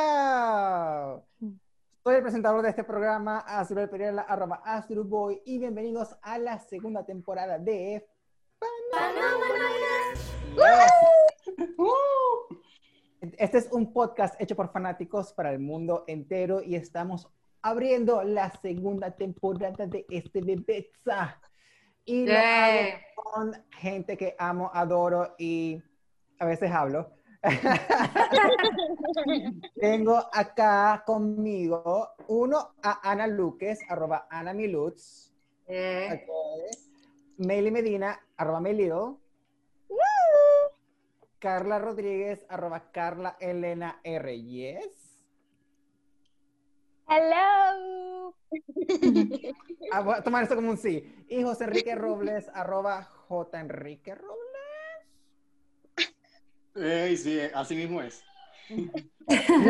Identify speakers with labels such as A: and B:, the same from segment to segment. A: Hello. Soy el presentador de este programa, Azubel Pereira, arroba Astruboy, y bienvenidos a la segunda temporada de Fanatics. Este es un podcast hecho por fanáticos para el mundo entero y estamos abriendo la segunda temporada de este bebeza. Y lo
B: Eh,
C: Yay.
A: hago con gente que amo, adoro y a veces hablo. Tengo acá conmigo uno a Ana Luques, arroba Ana Milutz,
C: Eh,
A: Meili Medina, arroba Melio, Carla Rodríguez, arroba Carla Elena R. Yes.
B: Hello.
A: Ah, voy a tomar esto como un sí. Y José Enrique Robles, arroba J. Enrique Robles.
D: Ey, sí, así mismo es.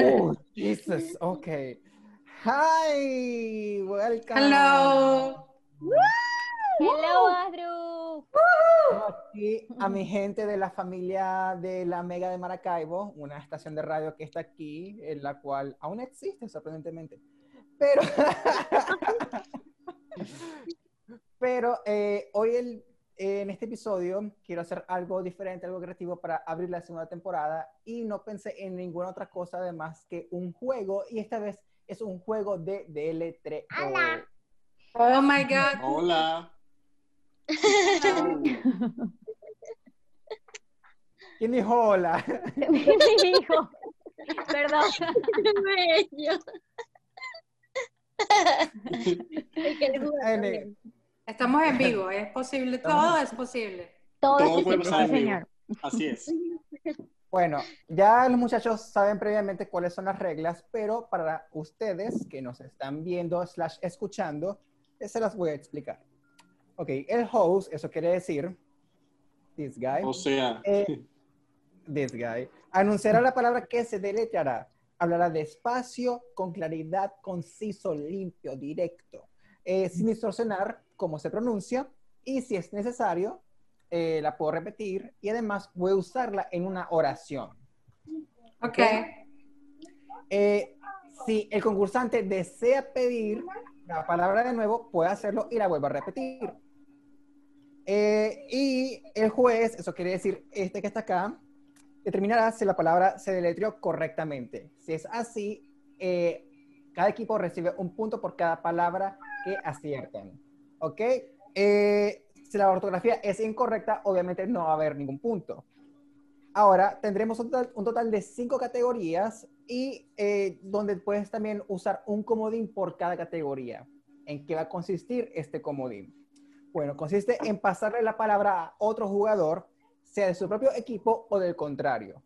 A: Oh, Jesus, ok. Hi, welcome.
C: hello.
B: Hello, Adru.
A: Tengo aquí a mi gente de la familia de la Mega de Maracaibo, una estación de radio que está aquí, en la cual aún existe, sorprendentemente. Pero, pero eh, hoy el- en este episodio quiero hacer algo diferente, algo creativo para abrir la segunda temporada y no pensé en ninguna otra cosa además que un juego y esta vez es un juego de DL3.
C: Oh my God.
D: Hola.
A: ¿Quién dijo hola?
B: Mi hijo. Perdón.
E: bello. Es que le gusta
A: Dale.
C: Estamos en vivo, es posible, todo es posible.
B: Todo,
D: Todo
B: es
D: puede
B: posible,
D: pasar en
B: sí,
D: vivo.
B: señor.
D: Así es.
A: Bueno, ya los muchachos saben previamente cuáles son las reglas, pero para ustedes que nos están viendo slash escuchando, eh, se las voy a explicar. Ok, el host, eso quiere decir, this guy,
D: O sea,
A: eh, this guy, anunciará la palabra que se deletreará. Hablará despacio, con claridad, conciso, limpio, directo, eh, sin distorsionar cómo se pronuncia y si es necesario, eh, la puedo repetir y además voy a usarla en una oración.
C: Ok.
A: Eh, si el concursante desea pedir la palabra de nuevo, puede hacerlo y la vuelvo a repetir. Eh, y el juez, eso quiere decir este que está acá, determinará si la palabra se deletreó correctamente. Si es así, eh, cada equipo recibe un punto por cada palabra que aciertan. ¿Ok? Eh, si la ortografía es incorrecta, obviamente no va a haber ningún punto. Ahora tendremos un total, un total de cinco categorías y eh, donde puedes también usar un comodín por cada categoría. ¿En qué va a consistir este comodín? Bueno, consiste en pasarle la palabra a otro jugador, sea de su propio equipo o del contrario.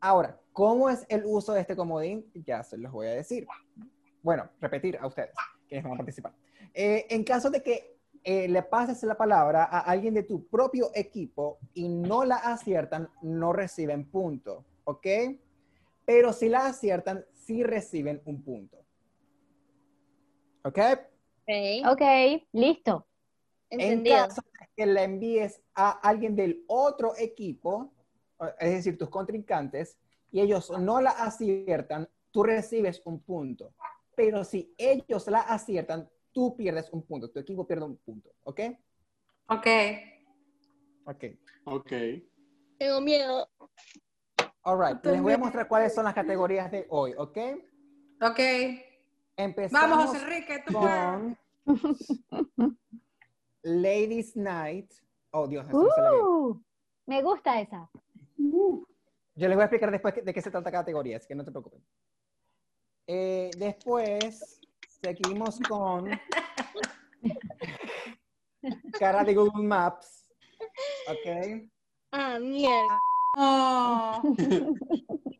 A: Ahora, ¿cómo es el uso de este comodín? Ya se los voy a decir. Bueno, repetir a ustedes, quienes van a participar. Eh, en caso de que eh, le pases la palabra a alguien de tu propio equipo y no la aciertan, no reciben punto, ¿ok? Pero si la aciertan, sí reciben un punto. ¿Ok?
E: Ok,
B: Ok, listo.
A: En
E: Entendido.
A: caso de que la envíes a alguien del otro equipo, o- es decir, tus contrincantes, y ellos no la aciertan, tú recibes un punto. Pero si ellos la aciertan, tú pierdes un punto, tu equipo pierde un punto, ¿ok?
C: Ok.
A: Ok.
D: ok.
E: Tengo miedo.
A: All right, les voy a mostrar cuáles son las categorías de hoy, ¿ok?
C: Ok.
A: Empezamos
C: Vamos, José Enrique, tú puedes.
A: con Ladies Night. Oh, Dios, eso no se la vi.
B: Uh, me gusta esa.
A: Yo les voy a explicar después que- de qué se trata cada categoría, así que no te preocupen. Eh, después, seguimos con cara de Google Maps. ¿Ok?
E: Ah, mierda.
C: Oh,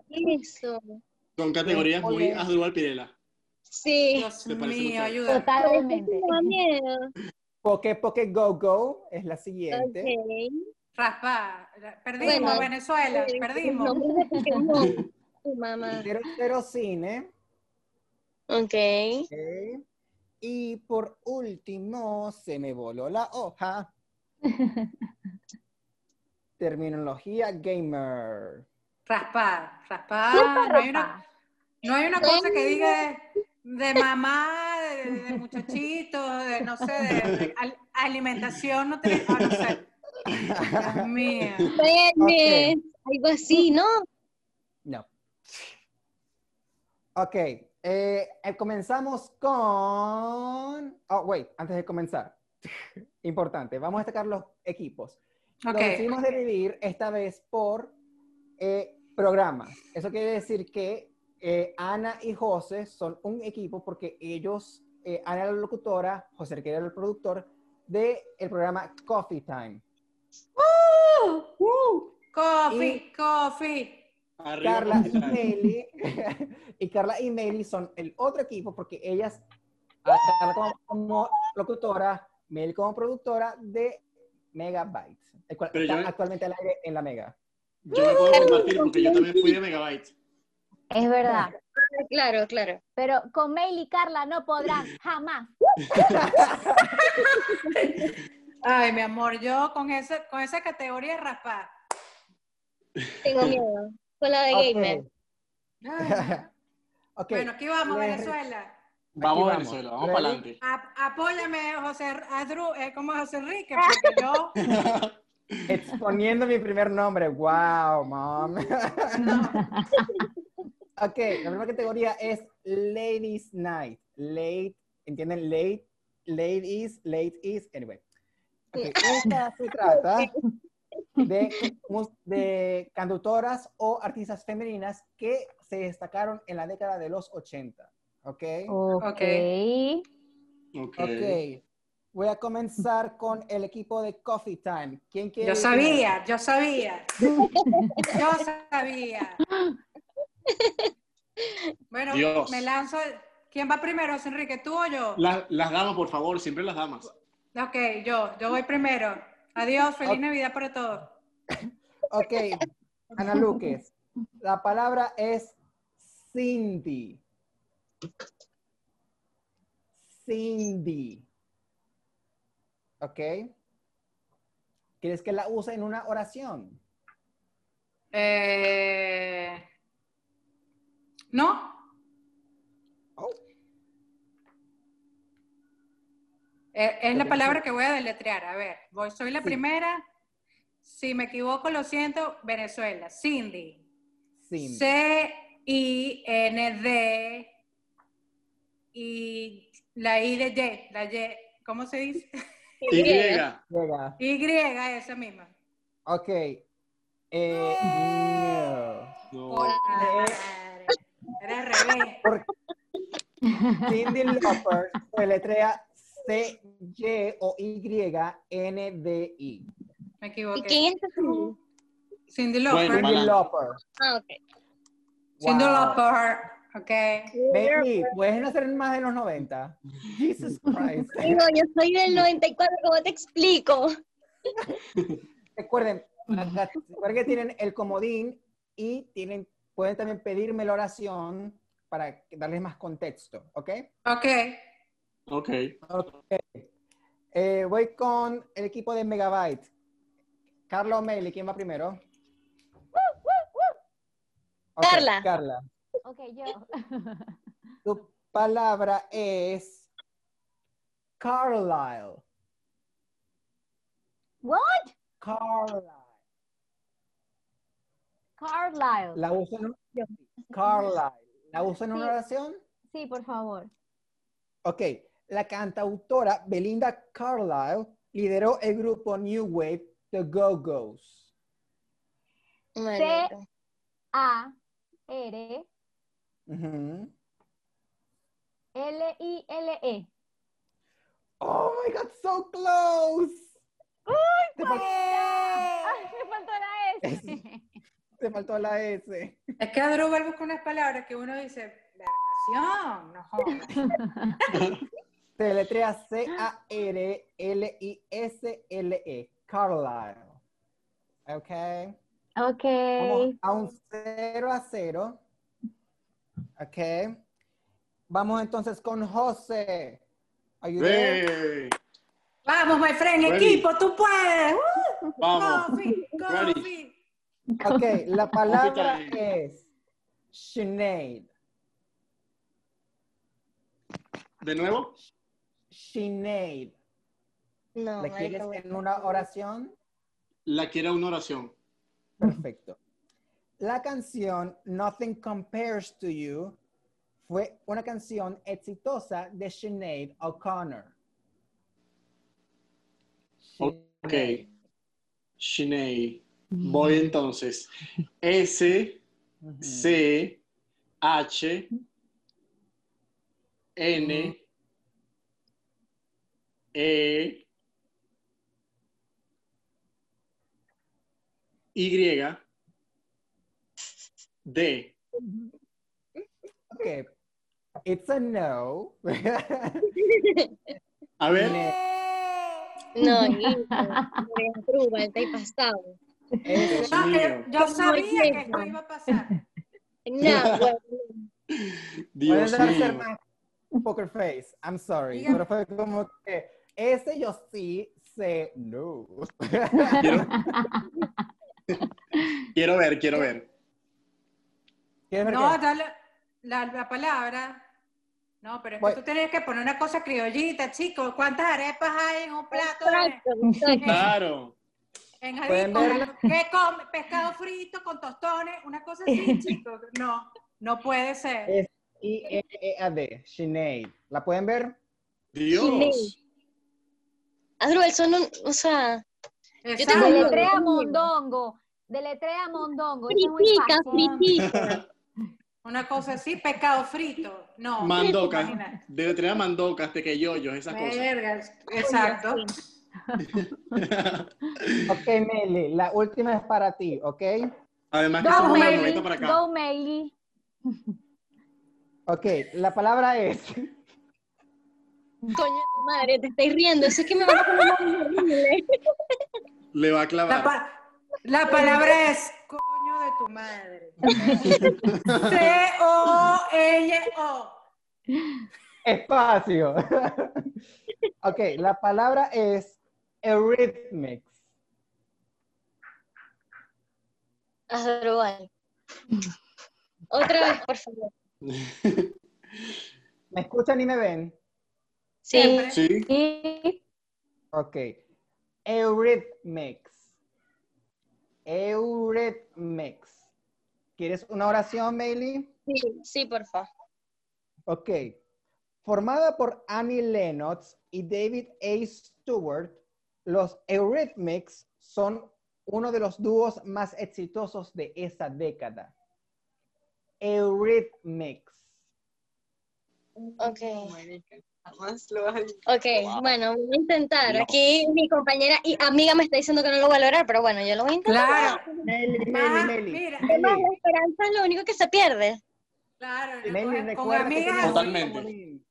E: Eso.
D: Son categorías muy
A: Ole.
D: Asdrúbal Pirela.
E: Sí.
C: Dios
D: Me parece
C: mío,
D: brutal.
C: ayuda.
B: Ah, Totalmente.
E: Tengo miedo.
A: Poke Poke Go Go es la siguiente.
E: Ok.
C: Raspa. Perdimos,
E: Bueno.
C: Venezuela, perdimos.
E: No, no, no, no. Tu mamá.
A: Cero Cero Cine.
E: Ok.
A: Ok. Y por último, se me voló la hoja. Terminología gamer.
C: Raspa, raspa. No hay, una, No hay una cosa que diga de, de mamá, de, de muchachito, de no sé, de, de al- alimentación, no te ah, no sé. Dios mío.
E: Verdes, algo así, ¿no?
A: No. Ok. eh, eh, comenzamos con. Oh, wait, antes de comenzar. Importante. Vamos a destacar los equipos. Los
C: Ok.
A: decidimos dividir esta vez por eh, programas. Eso quiere decir que eh, Ana y José son un equipo porque ellos, eh, Ana era la locutora, José que era el productor del programa Coffee Time.
C: Coffee, coffee.
D: Arriba
A: Carla y
D: Capitán.
A: Meli y Carla y Meli son el otro equipo porque ellas a Carla como, como locutora, Meli como productora de Megabytes, el cual
D: Pero
A: está
D: yo-
A: actualmente al aire en la Mega.
D: Yo no puedo compartir porque yo también fui de Megabyte.
B: Es verdad.
E: Claro, claro.
B: Pero con Mail y Carla no podrán jamás.
C: Ay, mi amor, yo con esa, con esa categoría raspar.
E: Tengo miedo. Con la de gamer.
A: Ok,
C: Ay,
A: ok.
C: Bueno, aquí vamos,
A: Les-
C: Venezuela.
D: Vamos a
A: vamos.
D: Venezuela, vamos
A: Ready?
D: para adelante.
C: A- apóyame, José, Adru, eh, ¿cómo es José Enrique? Porque yo,
A: Exponiendo mi primer nombre. Wow, mom.
C: no.
A: Ok, la primera categoría es Ladies Night. Late, ¿entienden? Late, ladies, late is, anyway. Ok, esta se trata de, mus- de cantautoras o artistas femeninas que se destacaron en la década de los 80. Ok, ok.
B: Ok.
D: Ok.
A: Voy a comenzar con el equipo de Coffee Time. ¿Quién quiere?
C: Yo
A: ir
C: sabía, yo sabía. Yo sabía. Bueno,
D: Dios.
C: me lanzo. ¿Quién va primero, José Enrique? ¿Tú o yo?
D: Las, las damas, por favor, siempre las damas.
C: Ok, yo, yo voy primero. Adiós, feliz Navidad para todos.
A: Ok, Ana Luques. La palabra es Cindy. Cindy. Ok. ¿Quieres que la use en una oración?
C: Eh, ¿No?
A: Oh.
C: Eh, es la palabra que voy a deletrear. A ver, voy, soy la
A: Sí.
C: primera. Si me equivoco, lo siento. Venezuela. Cindy.
A: Cindy.
C: C-I-N-D. Y la I de Y. La Y. ¿Cómo se dice?
D: Y,
A: Llega.
C: Y, esa misma.
A: Ok. Eh, no.
D: No.
C: Hola, madre. Era al revés.
A: Cindy Lauper se letrea C-Y o Y-N-D-I.
C: Me
E: ¿Y
C: equivoqué.
E: quién es así?
C: Cindy Lauper.
D: Bueno,
A: Cindy
D: Balance.
A: Lauper.
E: Ah, ok.
C: Cindy
A: Wow.
C: Lauper. Ok.
A: Benny, ¿puedes nacer más de los 90? Jesus Christ.
E: Digo, yo soy del 94, ¿cómo te explico?
A: Recuerden, acá- recuerden que tienen el comodín y tienen, pueden también pedirme la oración para que- darles más contexto, ¿ok?
C: Ok.
D: Ok.
A: Eh, voy con el equipo de Megabyte. Carla O'Malley, ¿quién va primero? Ok,
E: Carla.
A: Carla,
B: Ok, yo.
A: tu palabra es Carlisle.
B: What?
A: Carlisle.
B: Carlisle.
A: La uso en Carla. ¿La uso en una
B: Sí.
A: oración?
B: Sí, por favor.
A: Ok. La cantautora Belinda Carlisle lideró el grupo New Wave The Go-Go's.
E: Maldito.
B: A R
A: Ujú.
B: L I L E.
A: Oh my God, so close. Te, fal-
B: Ay, me faltó la S.
A: te faltó la S.
C: Es que Adro vuelve con unas palabras que uno dice, vergación, no jodas.
A: Te letrea E C-A-R-L-I-S-L-E. Carlisle. E. Ok. Vamos
B: Ok.
A: a un 0 a 0. Ok. Vamos entonces con José. Are you there?
D: Hey,
C: Vamos, my friend,
D: Ready.
C: equipo, tú puedes. Uh,
D: Vamos.
C: Coffee,
D: Ready.
C: coffee.
A: Ok, la palabra
D: Coffee
A: es Sinead.
D: De nuevo.
A: Sinead.
E: No,
A: ¿La quieres
E: marica,
A: en
E: Oh, bueno.
A: una oración?
D: La quiero una oración.
A: Perfecto. La canción Nothing Compares to You fue una canción exitosa de Sinead O'Connor.
D: Ok. Sinead. Voy entonces. S,
A: Ujú.
D: C, H, N, E, Y, D.
A: Ok. It's a no.
D: A ver,
A: Sinead,
E: No, hijo, Andrea Truba, está ahí pasado.
A: es-
D: Dios
C: No,
D: mío.
C: que yo sabía que
E: entiendo.
C: esto iba a pasar.
E: No, bueno,
D: Dios
A: Puedes hacer
D: mío.
A: más poker face. I'm sorry.
C: Dígame.
A: Pero fue como que ese yo sí sé no.
D: Quiero, quiero ver, quiero ver.
A: ¿Quieres ver
C: No,
A: qué?
C: dale la, la palabra. No, pero es
A: Voy.
C: que tú tienes que poner una cosa criollita, chicos. ¿Cuántas arepas hay en un plato? ¿eh?
E: exacto, exacto.
D: Claro.
C: En
A: Pueden
C: Jalisco,
A: verla.
C: ¿Qué come? Pescado frito con tostones, una cosa así, chicos. No, no puede
E: Eh,
C: ser.
A: E, I-E-E-A-D, Sinead. ¿La pueden ver?
D: Dios.
E: Adruel, son un, o sea, yo tengo
C: Exacto.
E: una-
B: Deletrea mondongo. Deletrea mondongo. Eso es muy
E: fritica,
B: fácil.
E: fritica.
C: Una cosa así, pescado frito. No.
D: Mandoca.
C: Imagínate.
D: Debe tener mandocas, este tequeyollos, esas cosas.
C: Verga, Exacto.
A: Ok, Meli, la última es para ti, ¿ok?
D: Además que
B: Go,
D: somos de
B: Meili.
D: 90 para acá.
B: Go, Meili.
A: Ok, la palabra es.
E: Coño, madre, te estáis riendo. Eso es que me van a poner una vaina horrible.
D: Le va a clavar.
C: La, pa- la palabra es coño de tu madre. C-O-L-O.
A: Espacio. ok, la palabra es Eurythmics.
E: Adruel. Otra vez, por favor.
A: ¿Me escuchan y me ven?
E: Sí.
C: Siempre.
D: Sí.
B: Sí.
A: Ok. Eurythmics. Eurythmics. ¿Quieres una oración, Bailey?
E: Sí, sí, por favor.
A: Ok. Formada por Annie Lennox y David A. Stewart, los Eurythmics son uno de los dúos más exitosos de esa década. Eurythmics.
E: Ok. Ok, bueno, voy a intentar. Aquí mi compañera y amiga me está diciendo que no lo voy a lograr, pero bueno, yo lo voy a intentar.
C: Claro.
A: Meli,
C: Ah,
A: Meli, Meli.
C: mira.
E: Además,
A: Meli,
E: la esperanza es lo único que se pierde.
C: Claro, no,
A: Meli,
C: con, con
A: recuerda que
C: amigas.
A: tienes un
C: así.
D: Totalmente.
A: comodín.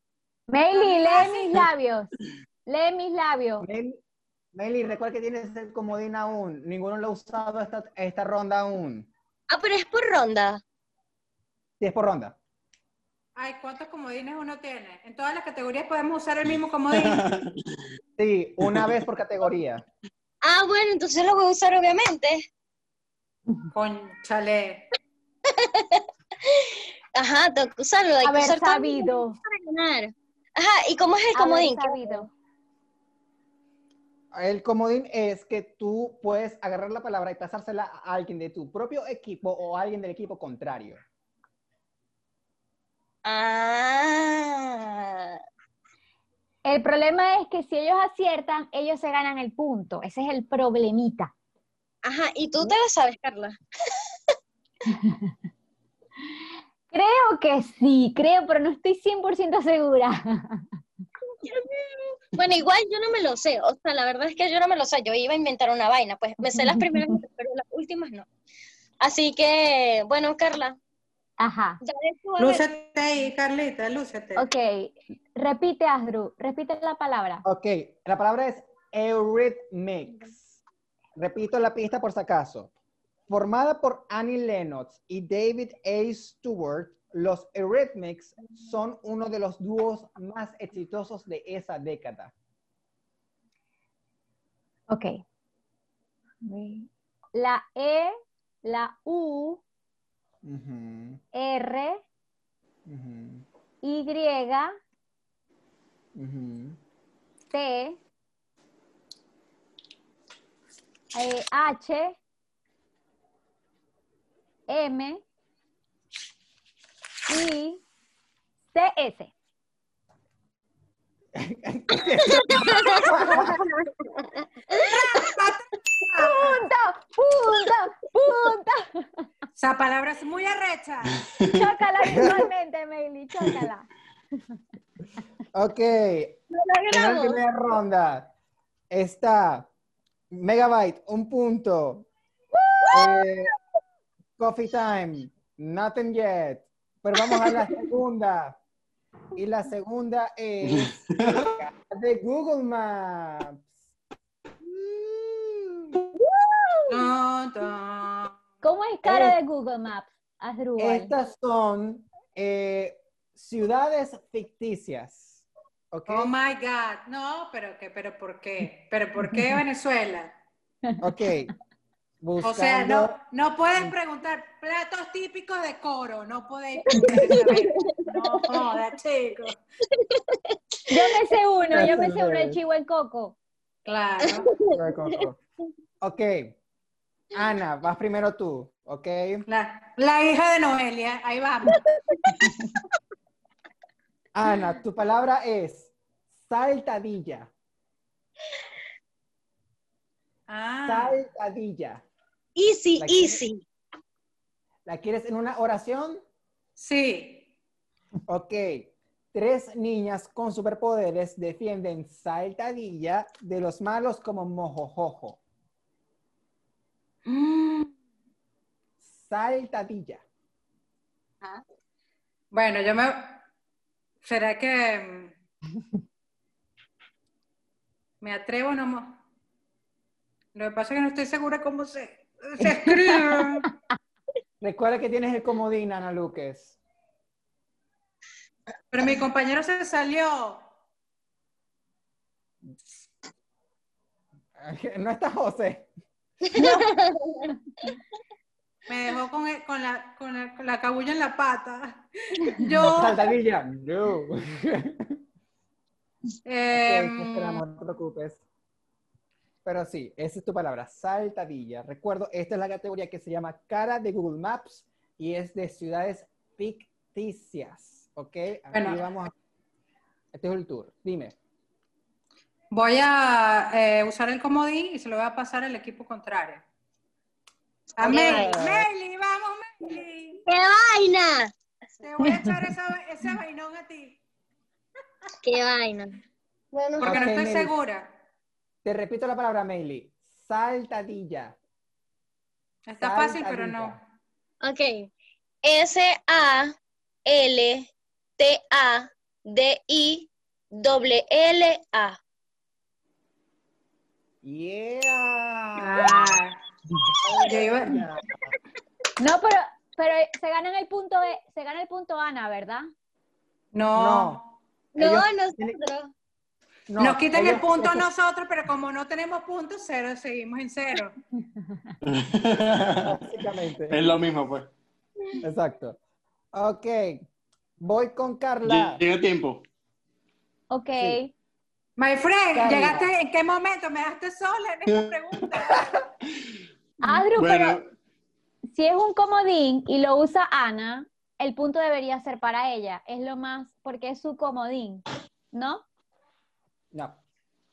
B: Meili, lee mis labios. Lee mis labios.
A: Mel- Meli, recuerda que tienes el comodín aún. Ninguno lo ha usado esta, esta ronda aún.
E: Ah, pero es por ronda.
A: Si es por ronda.
C: Ay, ¿cuántos comodines uno tiene? En todas las categorías podemos usar el mismo comodín.
A: Sí, una vez por categoría.
E: Ah, bueno, entonces lo voy a usar obviamente.
C: Conchale.
E: Ajá, tengo que usarlo. Hay que
B: Haber
E: usar todo
B: sabido.
E: para ganar. Ajá, ¿y cómo es el
B: Haber
E: comodín?
B: sabido.
A: El comodín es que tú puedes agarrar la palabra y pasársela a alguien de tu propio equipo o a alguien del equipo contrario.
E: Ah.
B: El problema es que si ellos aciertan, ellos se ganan el punto. Ese es el problemita.
E: Ajá, y tú
B: Mm.
E: te lo sabes, Carla.
B: Creo que sí, creo, pero no estoy 100% segura.
E: Bueno, igual yo no me lo sé. O sea, la verdad es que yo no me lo sé. Yo iba a inventar una vaina. Pues me sé las primeras, pero las últimas no. Así que, bueno, Carla,
B: Ajá.
E: dale tú a ver.
C: Lúcete ahí, Carlita, lúcete.
B: Ok. Repite, Asdru. Repite la palabra.
A: Ok, la palabra es Eurythmics. Repito la pista por si acaso. Formada por Annie Lennox y David A. Stewart, los Eurythmics son uno de los dúos más exitosos de esa década.
B: Ok. La E, la U, R, Y,
A: Ujú.
B: T, eh, H, M, I, C, S. Punto, punto, punto.
C: Esa palabra es muy arrecha.
B: Chócala igualmente, Meili, chócala.
A: Ok, en
E: Lo
A: la
E: logramos.
A: primera ronda está Megabyte, un punto. Eh, coffee Time, nothing yet. Pero vamos a la segunda. Y la segunda es de Google Maps.
C: Mm. Ton, ton.
B: ¿Cómo es cara
A: Eh.
B: de Google Maps? Asdrúbal.
A: Estas son eh, ciudades ficticias. ¿Ok?
C: Oh my God. No, pero qué, pero ¿por qué? ¿Pero por qué Venezuela?
A: Ok.
C: O sea,
A: Buscando-
C: no, no pueden preguntar platos típicos de coro, no podéis saber. No joda, chicos.
B: Yo me sé uno, yo me sé uno, el chivo el coco.
C: Claro.
A: Lo de Coco. Ok. Ana, vas primero tú, ¿ok?
C: La, la hija de Noelia, ahí vamos.
A: Ana, tu palabra es saltadilla.
C: Ah,
A: Saltadilla.
E: Easy,
A: La que-
E: easy.
A: ¿La quieres en una oración?
C: sí.
A: Ok. Tres niñas con superpoderes defienden saltadilla de los malos como mojojojo.
C: Mm.
A: Saltadilla.
C: Bueno, yo me. ¿Será que mm, me atrevo o no? mo- Lo que pasa es que no estoy segura cómo se, se escribe.
A: Recuerda que tienes el comodín, Ana Luques.
C: Pero mi compañero se salió.
A: No está José.
C: Me dejó con, el- con la, con, la- con la cabulla en la pata. Yo.
A: Saltadilla. No. Ok, te
C: em,
A: esperamos, no te preocupes. Pero sí, esa es tu palabra, saltadilla. Recuerdo, esta es la categoría que se llama cara de Google Maps y es de ciudades ficticias. ¿Ok? Aquí
C: Bueno.
A: vamos. a- Este es el tour. Dime.
C: voy a eh, usar el comodín y se lo voy a pasar al equipo contrario. A
E: Ok.
C: Meli. Meli, vamos, Meli.
E: ¡Qué vaina!
C: Te voy a echar esa- ese vainón a ti.
E: ¡Qué vaina! Bueno,
C: Porque
A: Ok,
C: no estoy
A: Meli.
C: segura.
A: Te repito la palabra, Meili. Saltadilla.
C: Está fácil, pero no.
A: Saltadilla.
E: ok. S-A-L-T-A-D-I-L-L-A.
A: Yeah.
C: Ah, yo iba-
B: No, pero, pero se ganan el punto de, se gana el punto Ana, ¿verdad?
C: No.
E: No,
A: Ellos-
E: nosotros.
C: Nos quitan el
A: ellos-
C: punto a nosotros, pero como no tenemos punto cero, seguimos en cero. Ah.
A: Básicamente.
D: es lo mismo, pues.
A: Exacto. Ok. Voy con Carla.
D: Llega tiempo.
B: Ok.
A: Sí.
C: My friend,
A: Carla.
C: llegaste en qué momento? Me dejaste sola en esta pregunta.
B: Adru,
D: Bueno,
B: pero si es un comodín y lo usa Ana, el punto debería ser para ella. Es lo más, porque es su comodín, ¿no?
A: No.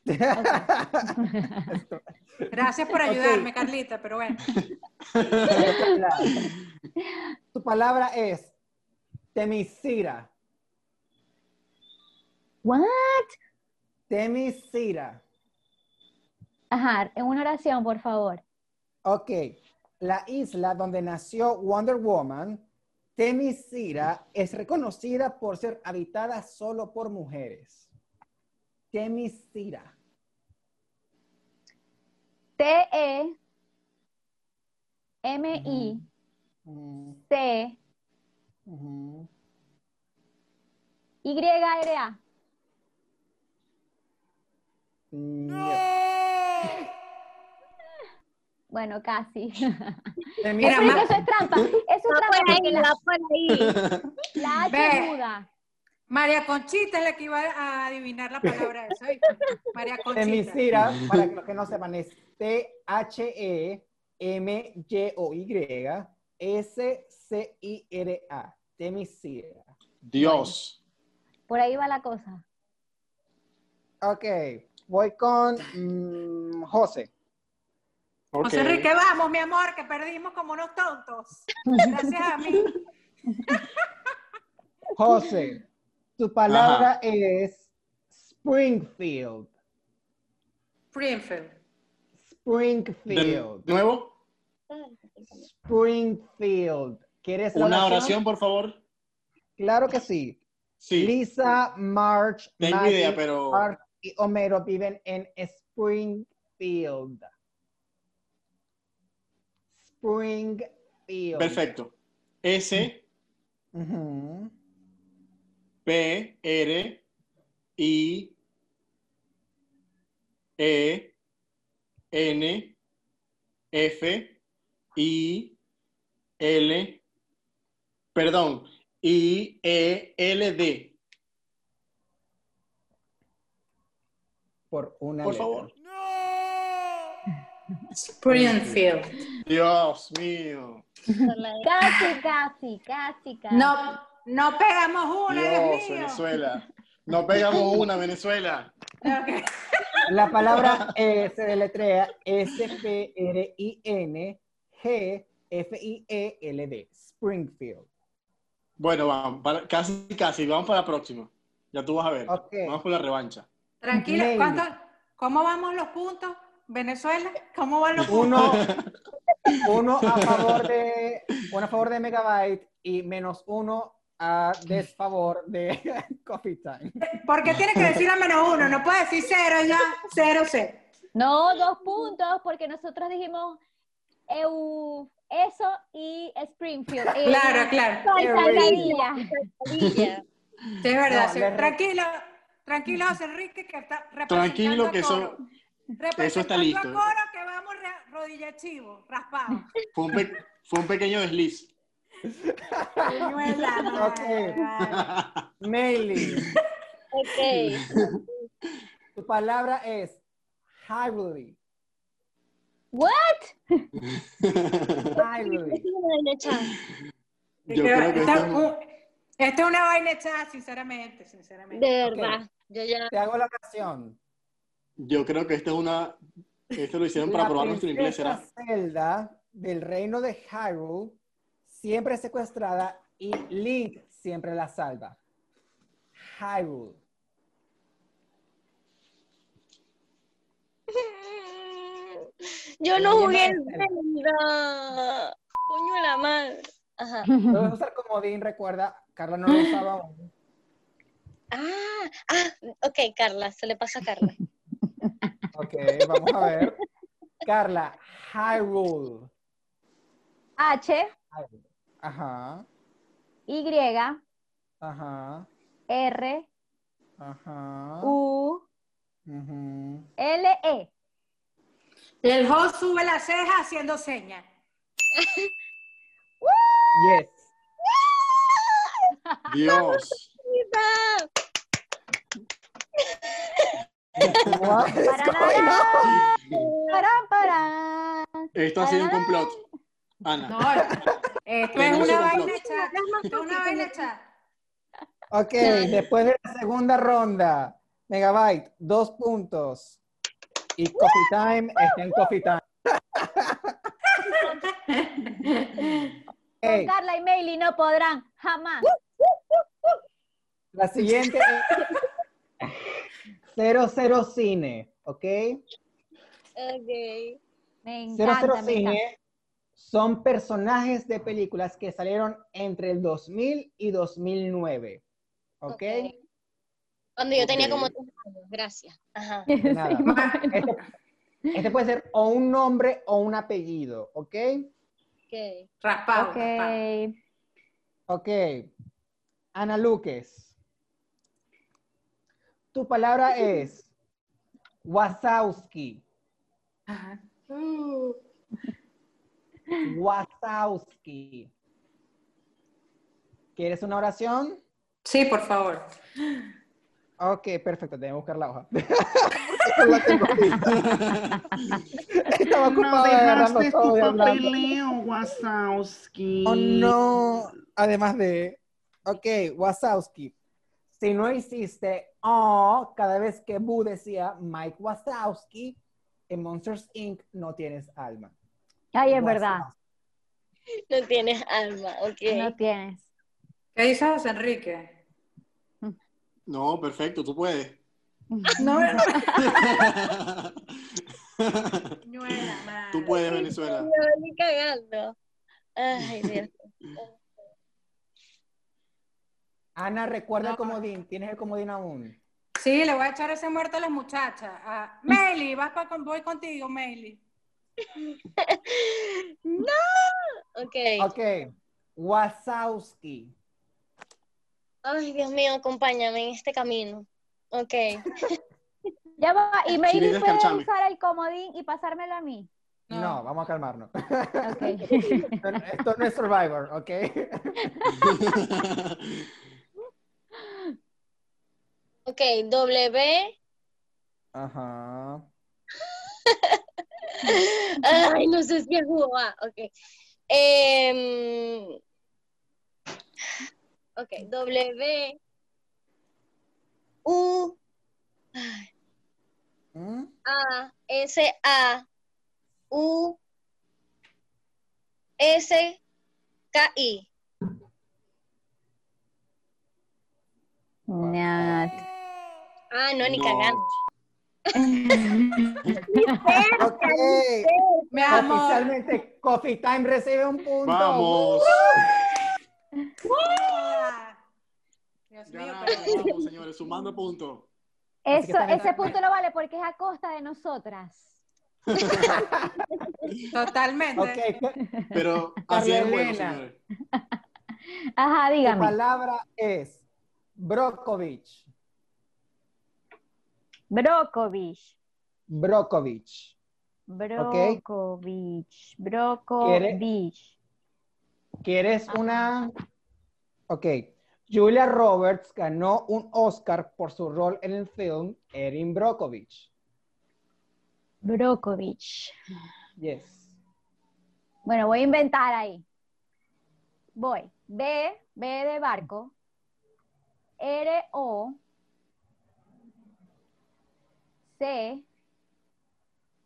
C: Gracias por ayudarme, Carlita, pero bueno.
A: Carla. Tu palabra es temisira.
B: ¿What?
A: Temisira.
B: Ajá, en una oración, por favor.
A: Ok. La isla donde nació Wonder Woman, Temisira, es reconocida por ser habitada solo por mujeres. Temisira.
B: T-E M-I
A: Mm,
B: C
A: ujú.
B: Y-R-A.
A: Mm,
B: Bueno, casi.
A: Temisira.
B: Pero es
C: Mira,
B: que
C: ma- pues,
B: eso es trampa. Eso es
E: Va
B: trampa
E: por ahí,
B: porque la,
E: va por ahí.
B: la H
C: Ve.
B: es muda.
C: María Conchita es la que iba a adivinar la palabra de eso. ¿oíste? María Conchita.
A: Temisira, para los que no sepan, es E T-H-E-M-Y-O-Y S-C-I-R-A. Temisira.
D: Dios.
B: Por ahí va la cosa.
A: Ok, voy con mm, José.
D: Ok.
C: José Enrique, vamos, mi amor, que perdimos como unos tontos. Gracias a mí.
A: José, tu palabra es Springfield.
C: Springfield.
D: De
A: Springfield.
D: nuevo,
A: Springfield. ¿Quieres la
D: una oración, por favor.
A: Claro que sí.
D: Sí.
A: Lisa, March,
D: Tengo
A: Maggie,
D: idea, pero-
A: Art y Homero viven en Springfield. Springfield.
D: Perfecto. S,
A: Mm. Ujú.
D: P, R, I, E, N, F, I, L, perdón, I, E, L, D.
A: Por una
D: Por
A: letra.
D: favor.
C: Springfield.
D: Dios mío.
B: Casi, casi, casi, casi.
C: No, no pegamos una,
D: Dios,
C: Dios mío.
D: Venezuela. No pegamos una, Venezuela.
C: Ok.
A: La palabra eh, se deletrea S-P-R-I-N-G-F-I-E-L-D. E Springfield.
D: Bueno, vamos, para- casi, casi, vamos para la próxima. Ya tú vas a ver.
A: Ok.
D: Vamos por la revancha.
C: Tranquila,
A: Lady.
C: ¿cuánto- ¿cómo vamos los puntos? ¿Venezuela? ¿Cómo van los puntos?
A: Uno, uno a favor de uno a favor de Megabyte y menos uno a desfavor de Coffee Time.
C: ¿Por qué tiene que decir a menos uno? No puede decir cero ya, cero, cero.
B: No, dos puntos, porque nosotros dijimos eu, eso y Springfield. Eh,
C: Claro, claro.
B: Con
A: Qué
B: salvadilla.
C: Sí, es verdad.
A: No,
C: sí.
A: les-
C: Tranquilo, tranquilo, José Enrique, que está representando
D: Tranquilo,
C: a
D: que eso-
C: Coro.
D: eso está
C: Representando
D: listo.
C: a Coro, que vamos ra- rodilla chivo, raspado.
D: Fue un, pe- fue un pequeño desliz.
C: Buñuela,
A: Ok.
C: vale.
A: Meli,
E: Ok.
A: tu palabra es highly.
B: What?
A: Highly.
D: Yo creo que
C: Esta-
D: esto es un-
C: un- esta es una vaina echada, sinceramente, sinceramente.
E: De verdad. Yo ya.
A: Te hago la oración.
D: Yo creo que esto es una. Esto lo hicieron para
A: La
D: probar nuestro inglés,
A: princesa
D: ¿será?
A: Zelda del reino de Hyrule, siempre secuestrada y Link siempre la salva. Hyrule.
E: Yo no jugué el Zelda. Coño de la madre. Ajá.
A: Puedes usar comodín, recuerda, Carla no lo usaba aún.
E: Ah, ah, ok, Carla, se le pasa a Carla.
A: Ok, vamos a ver. Carla, Hyrule.
B: H,
A: Hyrule. Ajá,
B: Y,
A: ajá,
B: R,
A: ajá.
B: Uh. U,
A: ujú.
B: L, E.
C: El host sube la ceja haciendo señas.
A: Yes.
D: Dios.
E: ¡Viva!
A: What is going on?
B: Parará, pará, pará.
D: Esto ha sido un complot. Ana.
C: No, esto es
D: Tenemos
C: una
D: un
C: vaina
D: complot.
C: echada. Esto es una vaina echada.
A: Ok, después de la segunda ronda, Megabyte, dos puntos. Y Coffee Time está en Coffee Time.
B: Con
A: Ok,
B: Carla y Meili no podrán jamás.
A: la siguiente es 00 Cine, ¿ok?
E: Ok.
B: Me encanta,
A: 00
B: me encanta.
C: ¿eh?
A: Cine son personajes de películas que salieron entre el 2000 y 2009. ¿Ok?
E: Ok. Cuando yo tenía
D: Ok.
E: como tres años, gracias. Ajá.
A: De nada.
B: Sí, bueno.
A: Este, este puede ser o un nombre o un apellido, ¿ok?
E: Ok.
C: Raspado, raspado.
B: Ok.
A: Ok. Ana Luques. Tu palabra es Wasowski.
C: Ajá.
A: Wasowski. ¿Quieres una oración?
C: Sí, por favor.
A: Ok, perfecto, tengo que buscar la hoja. Esa la tengo lista. Estaba ocupado de agarrarlo todo y hablando.
F: Wazowski.
A: Oh, no. Además de. Ok, Wazowski. Si no hiciste oh, cada vez que Boo decía Mike Wazowski, en Monsters Inc. no tienes alma.
B: Ay, es verdad.
E: No tienes alma, ok.
B: No tienes.
C: ¿Qué dices, José Enrique?
D: No, perfecto, tú puedes.
C: No, no.
D: tú puedes, Venezuela.
E: Me voy ni cagando. Ay, Dios.
A: Ana, recuerda el comodín. Tienes el comodín aún.
C: Sí, le voy a echar ese muerto a las muchachas. A Meli, vas pa con, voy contigo, Meli.
E: no. Ok.
A: Ok. Wazowski.
E: Ay, Dios mío, acompáñame en este camino. Ok.
B: Ya va, y Meili
D: Chirides,
B: puede
D: cárchame.
B: usar el comodín y pasármelo a mí.
A: No,
C: No.
A: vamos a calmarnos.
B: Ok.
A: Esto, esto no es Survivor, ¿ok?
E: Ok, W.
A: Ajá.
E: Ay, no sé si es U o A. Ok. Em, ok, W. U.
A: ¿Mm?
E: A S A U S K I.
B: Nat.
E: Ah, no, ni
D: No.
E: cagando.
A: Ok.
C: Mi amor.
A: Oficialmente, Coffee Time recibe un punto.
D: Vamos.
C: Ah. Dios mío,
D: Ganamos,
C: pero...
D: vamos, señores, sumando puntos.
A: Así que
B: Eso,
A: está bien.
B: ese punto no vale porque es a costa de nosotras.
C: Totalmente.
A: Ok, ¿qué-
D: Pero así es el juego,
A: Elena.
D: señores.
B: Ajá,
A: tu
B: dígame.
A: palabra es Brokovich.
B: Brokovich.
A: Brokovich.
B: Brokovich. Brokovich.
A: ¿Quieres una? Ok. Julia Roberts ganó un Oscar por su rol en el film Erin Brokovich.
B: Brokovich.
A: Yes.
B: Bueno, voy a inventar ahí. Voy. B, B de barco. R, O. C.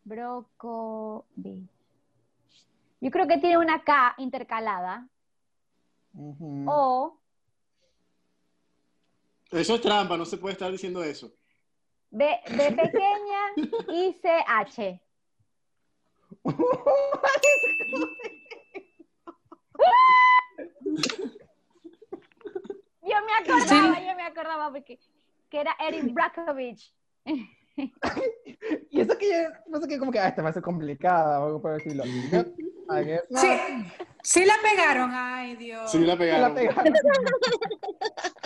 B: Brokovich. Yo creo que tiene una K intercalada. Mm.
A: Ujú.
B: O.
D: Eso es trampa, no se puede estar diciendo eso.
B: B, B pequeña y C H. Yo me acordaba, yo me acordaba porque que era Erin Brockovich.
A: Y eso que yo pensé que como que ah, esta va a ser complicada o algo por el estilo. "Ah, No, I guess not.
C: Sí, sí la pegaron. Ay, Dios.
D: Sí, la
A: Se la
D: pegaron.
A: pegaron.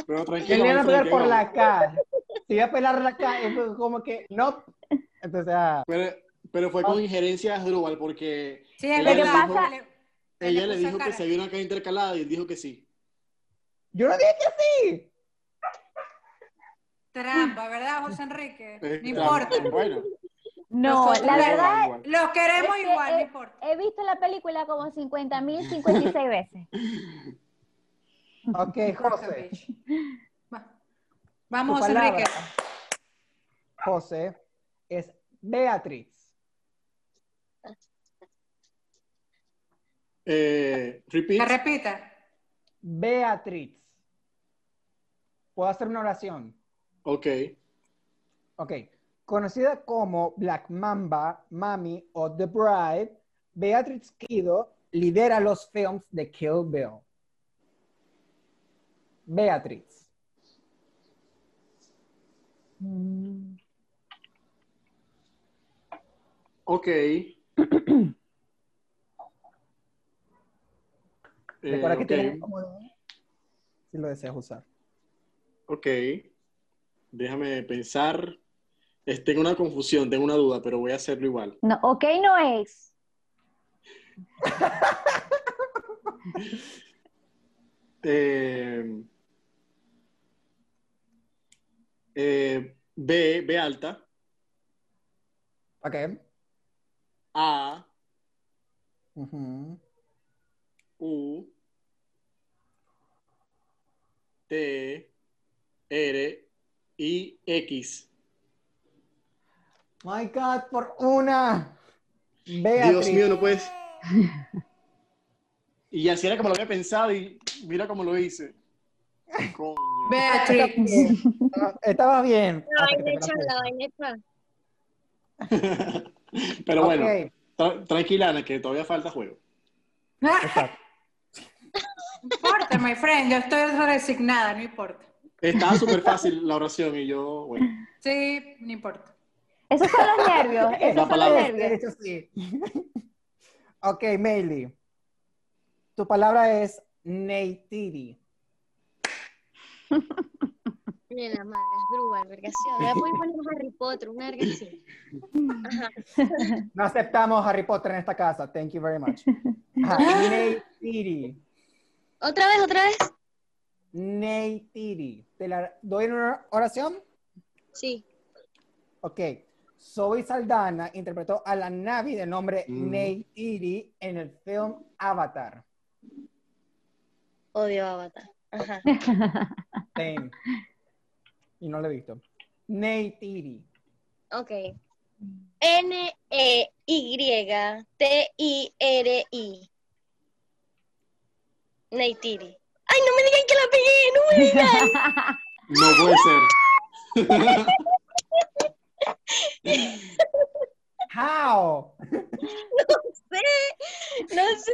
D: Pero tranquilo.
A: Que le iban a
D: vamos,
A: pegar por
D: tranquilo.
A: la K. Si iba a pelar la K, es como que no. Entonces, ah,
D: Pero, pero fue
A: Oh.
D: con injerencia de Asdrúbal porque
C: Sí, es
D: Lo que
C: verdad.
D: pasa-
C: vale. Él
D: ella
C: le
D: le
C: puso
D: dijo que
C: cara.
D: se había una cara intercalada y él dijo que sí.
A: yo no dije que sí.
C: Trampa, ¿verdad, José Enrique?
D: Es
C: No
D: trampa,
C: importa.
D: pero Bueno,
B: No,
C: Nosotros
B: la
C: la-
B: verdad,
D: igual, igual.
C: Los queremos
B: Es que,
C: igual, no
B: eh,
C: importa.
B: he visto la película como 50.000, 56 veces.
A: Ok, José.
C: Va. Vamos,
A: Tu
C: José
A: palabra.
C: Enrique.
A: José es Beatriz.
D: Eh, repeat.
C: Que repita.
A: Beatriz. Puedo hacer una oración.
D: Ok.
A: Ok. Conocida como Black Mamba, Mami o The Bride, Beatriz Kido lidera los films de Kill Bill. Beatriz.
D: Ok. Eh,
A: Recuerda que
D: ok,
A: tienes como si lo deseas usar.
D: ok. Déjame pensar. Es- tengo una confusión, tengo una duda, pero voy a hacerlo igual.
B: No, ok, no es.
D: Eh, eh, B, B alta,
A: Ok.
D: A,
A: Ujú.
D: U, T, R, I, X.
A: My God, por una. Beatriz.
D: Dios mío, no puedes. Y así era como lo había pensado y mira cómo lo hice. Coño.
C: Ah, Beatriz.
A: Estabas bien.
E: La
A: Hasta que
E: vaina
A: Ah, te
E: hecha, la vaina hecha.
D: Pero
A: conocí.
D: bueno,
A: Ok,
D: tra- tranquila, Ana, que todavía falta juego.
A: exacto.
C: No importa, my friend, yo estoy resignada, no importa.
D: Estaba súper fácil la oración y yo, bueno.
C: Sí, no importa.
B: Esos son los nervios.
D: La
B: Esos son los
D: palabra.
A: De
B: nervios.
A: hecho, sí. ok, Meili. Tu palabra es Neitiri.
E: Ni la madre, es grúa, vergación. Le voy a poner Harry Potter, una verga así. Ajá.
A: No aceptamos Harry Potter en esta casa. Thank you very much. Ajá, Neitiri.
E: Otra vez, otra vez.
A: Neitiri. ¿Te la doy en una oración?
E: Sí.
A: Ok. Zoe Saldana interpretó a la Navi de nombre
D: Mm.
A: Neitiri en el film Avatar.
E: Odio a Avatar. Ajá.
A: Same. Y no lo he visto. Neitiri.
E: Ok. E, N-E-Y-T-I-R-I. Neitiri. ¡Ay, no me digan que la pegué! ¡No me digan!
D: No puede ser.
A: How?
E: ¡Sí! ¡No sé!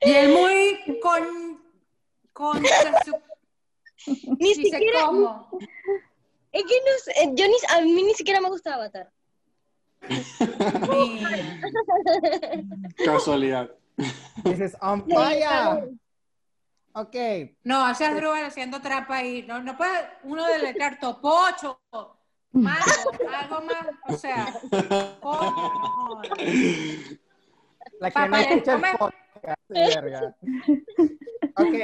C: Y él muy con. con su-
E: Ni
C: dice
E: siquiera.
C: cómo.
E: Es que no sé. eh, Yo ni, a mí ni siquiera me gusta Avatar.
C: Y-
D: Casualidad.
A: This is on fire. Ok.
C: No, haces Druel haciendo trampa ahí. No, no puede uno deletrear topocho,
A: Mm.
C: mago, algo más. O sea, coño, no jodas.
A: La que no
C: Papá,
A: escucha el
C: come.
A: podcast, de verga. Ok.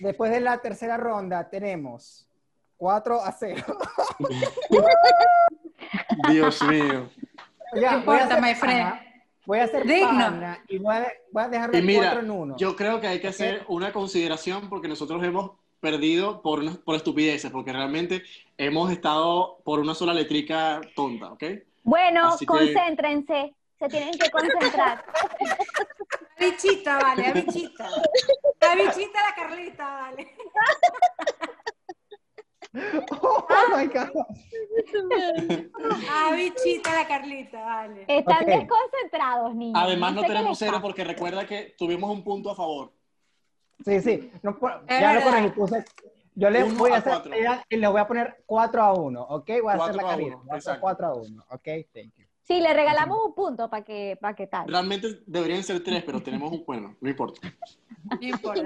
A: Después de la tercera ronda tenemos 4 a 0.
D: Dios mío.
C: no
A: Ya, voy a
C: importa,
A: hacer
C: my friend.
A: pana, voy a hacer
C: Digno.
A: pana y voy a, voy a dejarlo
D: Y
A: en
D: mira,
A: 4 en 1.
D: yo creo que hay que hacer una consideración porque nosotros hemos perdido por, unas- por estupideces, porque realmente hemos estado por una sola letrica tonta, ¿ok?
B: Bueno,
D: Así que-
B: concéntrense. Se tienen que concentrar.
C: La bichita, vale, la bichita. La bichita, la Carlita, vale.
A: Oh my God.
C: La bichita, la Carlita, vale.
B: Están
A: Ok.
B: desconcentrados, niños.
D: Además no
B: Mm, sé qué
D: tenemos
B: les
D: cero
B: pasa.
D: porque recuerda que tuvimos un punto a favor.
A: Sí, sí. No puedo-
C: Es
A: ya lo
C: verdad.
A: corregí. puse- yo les
D: Uno
A: voy a
D: a
A: hacer
D: cuatro.
A: tarea y les voy a poner 4 a 1, ¿ok? Voy a hacer
D: Cuatro
A: la
D: a
A: carrera.
D: uno,
A: Voy a hacer
D: exacto.
A: 4 a 1, ¿ok? Thank you.
B: Sí, le regalamos un punto para que, para que tal.
D: Realmente deberían ser tres, pero tenemos un bueno, no importa.
C: No importa.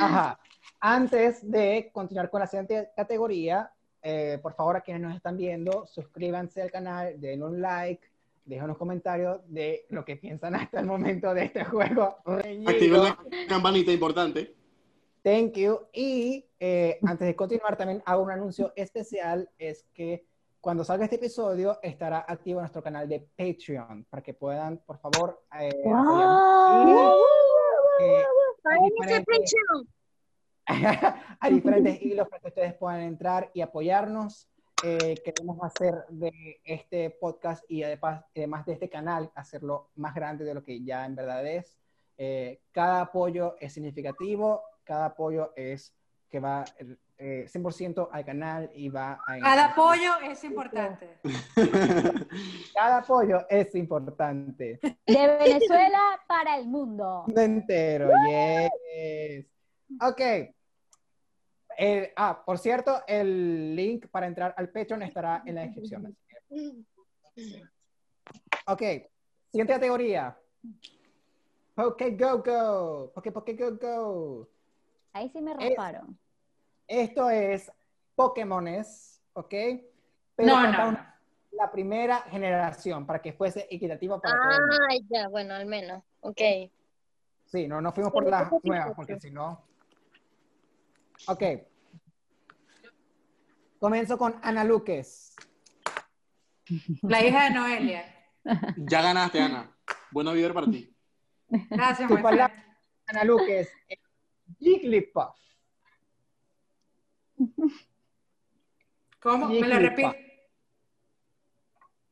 A: Ajá. Antes de continuar con la siguiente categoría, eh, por favor, a quienes nos están viendo, suscríbanse al canal, den un like, dejen unos comentarios de lo que piensan hasta el momento de este juego. reñido.
D: Activen la campanita importante.
A: Thank you. Y eh, antes de continuar, también hago un anuncio especial, es que cuando salga este episodio estará activo nuestro canal de Patreon, para que puedan, por favor, eh, apoyarnos. Y, eh,
E: ¡Ay, esa
A: diferentes-
E: presión!
A: a diferentes hilos para que ustedes puedan entrar y apoyarnos. Eh, queremos hacer de este podcast y además, además de este canal, hacerlo más grande de lo que ya en verdad es. Eh, cada apoyo es significativo, cada apoyo es que va eh, 100% al canal y va a...
C: Cada apoyo es importante.
A: Cada apoyo es importante.
B: De Venezuela para el mundo.
A: mundo entero, yes. Ok. El- ah, por cierto, el link para entrar al Patreon estará en la descripción. así que- Ok. Siguiente categoría. Poké Go Go. Poké Poké Go Go.
B: Ahí sí me
A: Eh,
B: rasparon.
A: Esto es Pokémones, ¿ok? Pero
C: No,
A: falta
C: no. no.
A: una- la primera generación para que fuese equitativo para
C: Ah,
A: todo el mundo.
E: Ay, ya, bueno, al menos. Ok.
A: Sí, no nos fuimos por las nuevas, porque si no. Ok. Comienzo con Ana Luques.
C: La hija de Noelia.
D: Ya ganaste, Ana. Buena vida para ti.
C: Gracias,
A: Tu
C: muestra.
A: palabra. Ana Luques. eh, Jigglypuff.
C: ¿Cómo? ¿Me lo
A: Jigglypuff.
C: repite?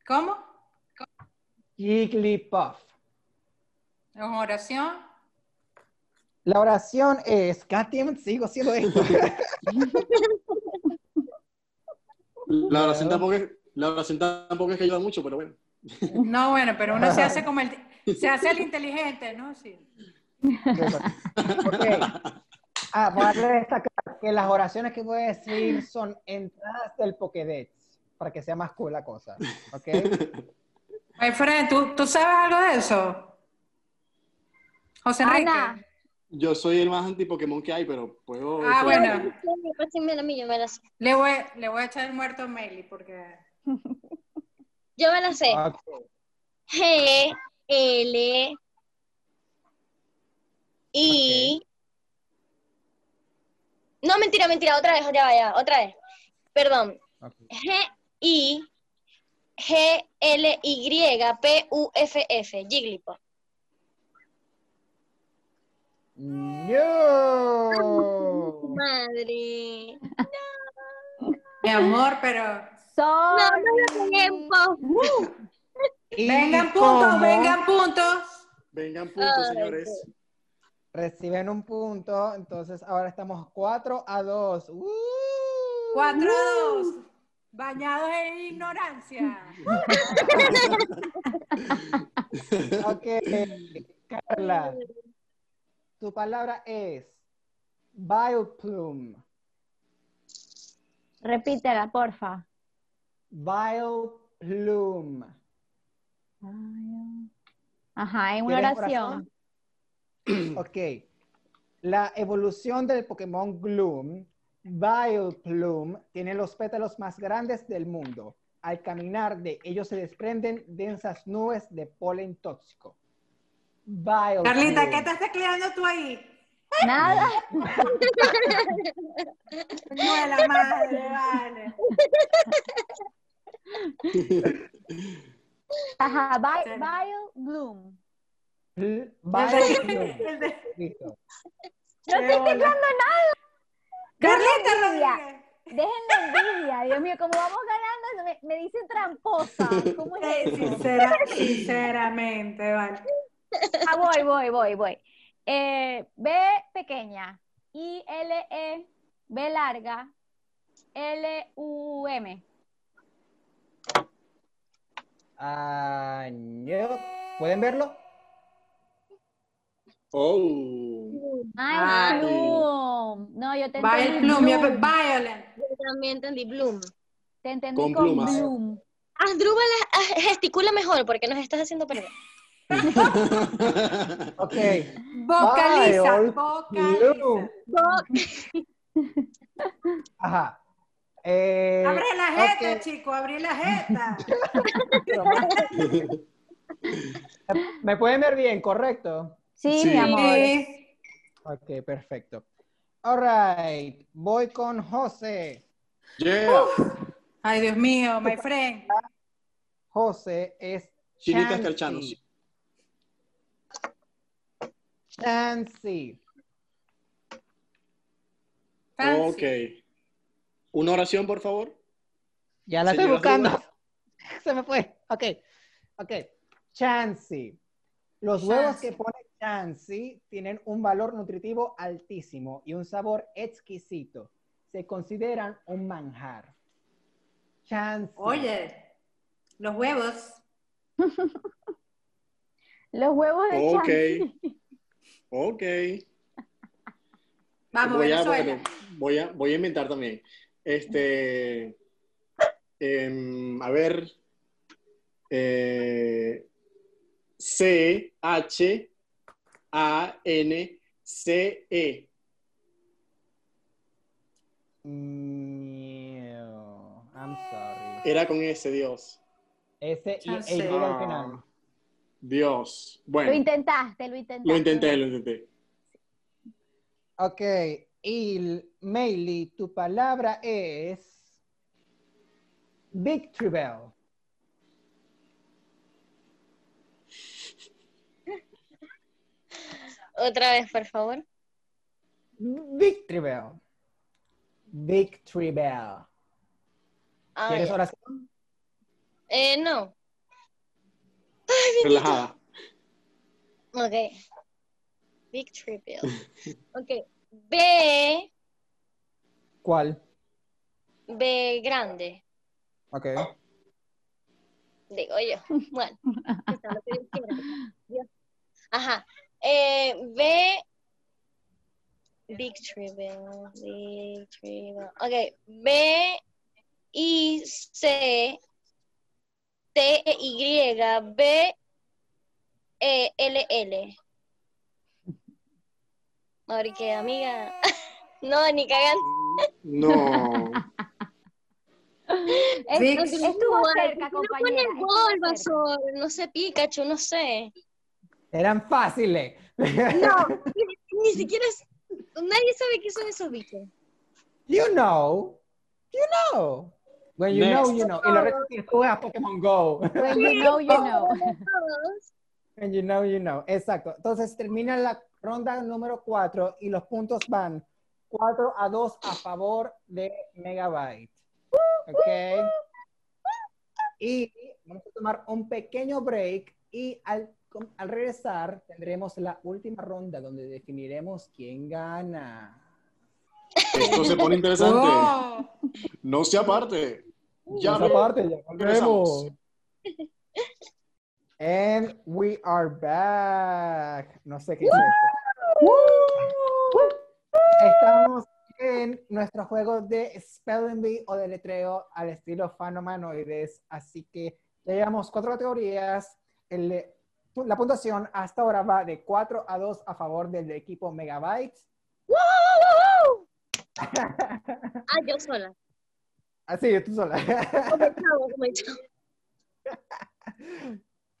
C: ¿Cómo?
A: Jigglypuff.
C: ¿Es una oración?
A: La oración es, Katy, sigo haciendo esto.
D: La oración tampoco es, la oración tampoco es que ayuda mucho, pero bueno.
C: No, bueno, pero uno se hace como el... Se hace el inteligente, ¿no? Sí.
A: ok. Ah, para destacar que las oraciones que voy a decir son entradas del Pokédex, para que sea más cool la cosa. ¿Ok?
C: My friend, ¿tú, tú sabes algo de eso? José Enrique.
B: Ana.
D: Yo soy el más anti-Pokémon que hay, pero puedo.
C: Ah,
D: puedo-
C: bueno.
E: Sí, me la- yo me la sé.
C: Le voy, le voy a echar el muerto a Meli porque...
E: Yo me la sé.
A: Ok.
E: G, E, L, I. No, mentira, mentira, otra vez, ya vaya, otra vez. Perdón.
A: Ok.
E: G, I, G, L, Y, P, U, F, F, Jigglypuff.
A: No.
E: Madre.
C: Mi amor, pero...
E: No,
B: Son
E: no lo tiempo.
A: Y
C: Vengan
A: como
C: puntos, vengan puntos.
D: Vengan puntos,
E: Ay,
D: señores.
A: Reciben un punto, entonces ahora estamos 4 a Uh, 2. ¡Uh!
C: 4 a 2. Bañados en ignorancia.
A: Ok, Carla, tu palabra es Vileplume.
B: Repítela, porfa.
A: Vileplume.
B: oh. Ajá, en una
A: ¿Quieres
B: oración.
A: Ok. La evolución del Pokémon Gloom, Vileplume, tiene los pétalos más grandes del mundo. Al caminar de ellos se desprenden densas nubes de polen tóxico. Vileplume.
C: Carlita, ¿qué estás tecleando tú ahí?
B: Nada.
C: No de la madre, vale.
B: Ajá, vi- Vile Bloom.
A: Pl-
C: El de-
A: Vileplume.
C: el de-
A: Listo.
B: No
C: Qué
B: estoy
C: bola.
B: teclando nada.
C: Carlita
B: envidia.
C: Rodríguez.
B: Déjenme envidia. Dios mío, como vamos ganando, me, me dicen tramposa. ¿Cómo es
C: Eh,
B: eso?
C: sincera- sinceramente, vale.
B: Ah, voy, voy, voy, voy. Eh, B pequeña, I L E, B larga, L U M.
A: Ah, no. ¿Pueden verlo?
D: Oh.
B: Ay,
C: Ay.
B: Bloom. No, yo te
C: Violet
B: entendí.
C: Bloom, mi-
B: Bloom.
C: Violet.
E: Yo también entendí Bloom.
B: Te entendí
D: Con
B: con,
D: plumas.
B: Bloom.
E: Andrúbal ah, gesticula mejor porque nos estás haciendo perder.
A: Ok.
C: Vocaliza,
A: Violet Bloom.
C: vocaliza.
A: Ajá. Eh,
C: Abre la jeta,
A: ok.
C: chico, abre la jeta.
A: Me pueden ver bien, correcto.
B: Sí,
D: Sí.
B: mi amor.
C: Sí.
A: Ok, perfecto. All right, voy con José.
D: Yeah.
C: Uh, Ay, Dios mío, my friend.
A: José es
D: Chinitas
A: Chansey.
D: calchanos.
A: Chansey.
C: Fancy.
D: Ok. Una oración, por favor.
A: Ya la
D: Se
A: estoy
D: llevó
A: buscando.
D: dudas.
A: Se me fue. Ok, ok. Chansey. Los huevos
C: Chansey.
A: que pone Chansey tienen un valor nutritivo altísimo y un sabor exquisito. Se consideran un manjar. Chansey.
C: Oye, los huevos.
B: Los huevos de
D: Ok.
B: Chansey.
D: Ok.
C: Vamos,
D: voy, a,
C: Venezuela.
D: bueno, voy, a, voy a inventar también. Este. em, a ver. eh, C, H, A, N, C, E.
A: Meow. I'm sorry.
D: Era con ese, Dios.
A: Ese y
C: Chansey.
A: el llega al final.
D: Ah, Dios.
B: Lo
D: Bueno,
B: intentaste, lo intentaste.
D: lo intenté, lo intenté.
A: Ok, y Meili, tu palabra es Big Tribal.
E: Otra vez, por favor.
A: Big Tribal. Big Tribal.
E: Ah,
A: ¿Quieres
E: ya.
A: oración?
E: Eh, no.
D: Relajada.
E: Ok. Big Tribal. Ok. B,
A: ¿Cuál?
E: B grande.
A: Ok.
E: Digo yo. Bueno. está lo que Dios quiera. Dios. Ajá. Eh, B. Big Tribal. Big Tribal. Ok. B. I. C. T. E, Y. B. E. L. L. Porque, amiga. No, ni cagando.
D: No.
B: Estu-
C: Big-
B: Estuvo cerca,
E: Pon
B: compañera.
E: el
B: estuvo
E: gol,
B: cerca.
E: Vasor. No sé, Pikachu, no sé.
A: Eran fáciles.
E: No, ni siquiera es- nadie sabe qué son esos bichos.
A: You know. You know. When you
D: Next.
A: know, you know. Y lo repetir, tú a Pokémon Go.
B: When you know, you know.
E: Todos.
A: When you know, you know. Exacto. Entonces termina la ronda número 4 y los puntos van 4 a 2 a favor de Megabyte. Ok. Y vamos a tomar un pequeño break y al, com- al regresar tendremos la última ronda donde definiremos quién gana.
D: Esto se pone interesante.
C: Oh.
D: No se aparte. Ya
A: Esa
D: ve-
A: parte, ya
D: regresamos.
A: volvemos. And we are back. No sé qué es esto. Estamos en nuestro juego de Spelling Bee o de letreo al estilo Fanomanoides. Así que ya llevamos cuatro categorías. El- la puntuación hasta ahora va de 4 a 2 a favor del equipo Megabytes.
E: Ah, yo sola.
A: Así, tú sola.
E: Como chavo, como chavo.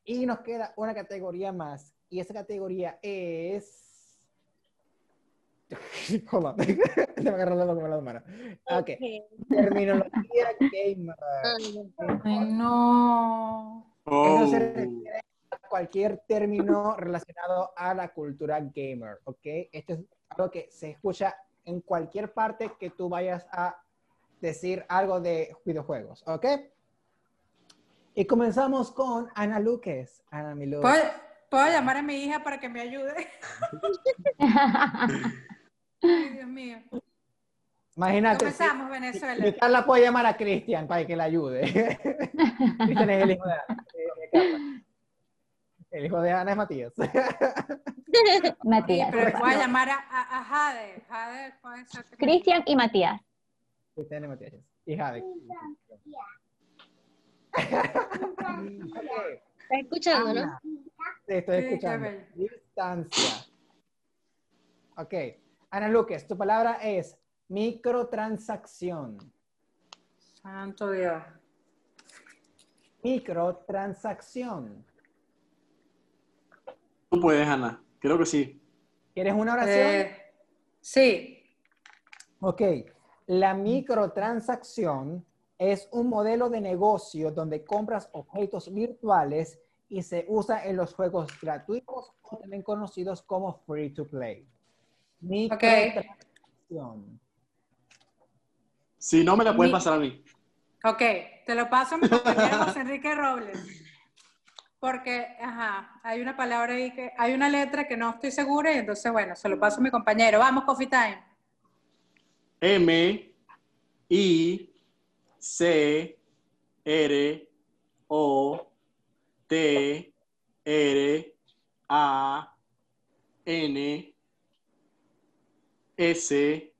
A: Y nos queda una categoría más. Y esa categoría es. Hold on. Se me agarró la con la mano. Ok. Terminología gamer.
C: Ay, no.
A: Eso
D: Oh.
A: se refiere a cualquier término relacionado a la cultura gamer. Ok. Esto es algo que se escucha en cualquier parte que tú vayas a decir algo de videojuegos. Ok. Y comenzamos con Ana Luques. Ana Milú.
C: ¿Puedo, puedo llamar a mi hija para que me ayude? Ay, Dios mío.
A: Imagínate. si-
C: Comenzamos, Venezuela.
A: Carla puede llamar a Cristian para que la ayude. Cristian es el hijo de Ana. eh, de- de Carla. El hijo de Ana es Matías.
C: Sí,
B: Matías.
C: pero voy a
B: exacto.
C: llamar a, a- a Jade. Jade, puede ser que-
B: Cristian y Matías.
A: Cristian es Matías. Hija de. Ok,
E: Está escuchando, ¿no?
A: Ana, Te estoy
C: Sí,
A: escuchando.
C: ya veo.
A: Distancia. Ok. Ana Luques, tu palabra es microtransacción.
C: Santo Dios.
A: Microtransacción.
D: Tú puedes, Ana. Creo que sí.
A: ¿Quieres una oración?
C: Eh, sí.
A: Ok, la microtransacción es un modelo de negocio donde compras objetos virtuales y se usa en los juegos gratuitos o también conocidos como free to play. Microtransacción.
D: Si no, me la puedes
C: Mi-
D: pasar a mí.
C: Ok, te lo paso a mi compañero José Enrique Robles. Porque, ajá, hay una palabra ahí que, hay una letra que no estoy segura y entonces, bueno, se lo paso a mi compañero. Vamos, Coffee Time.
D: M, I, C, R, O, T, R, A, N, S,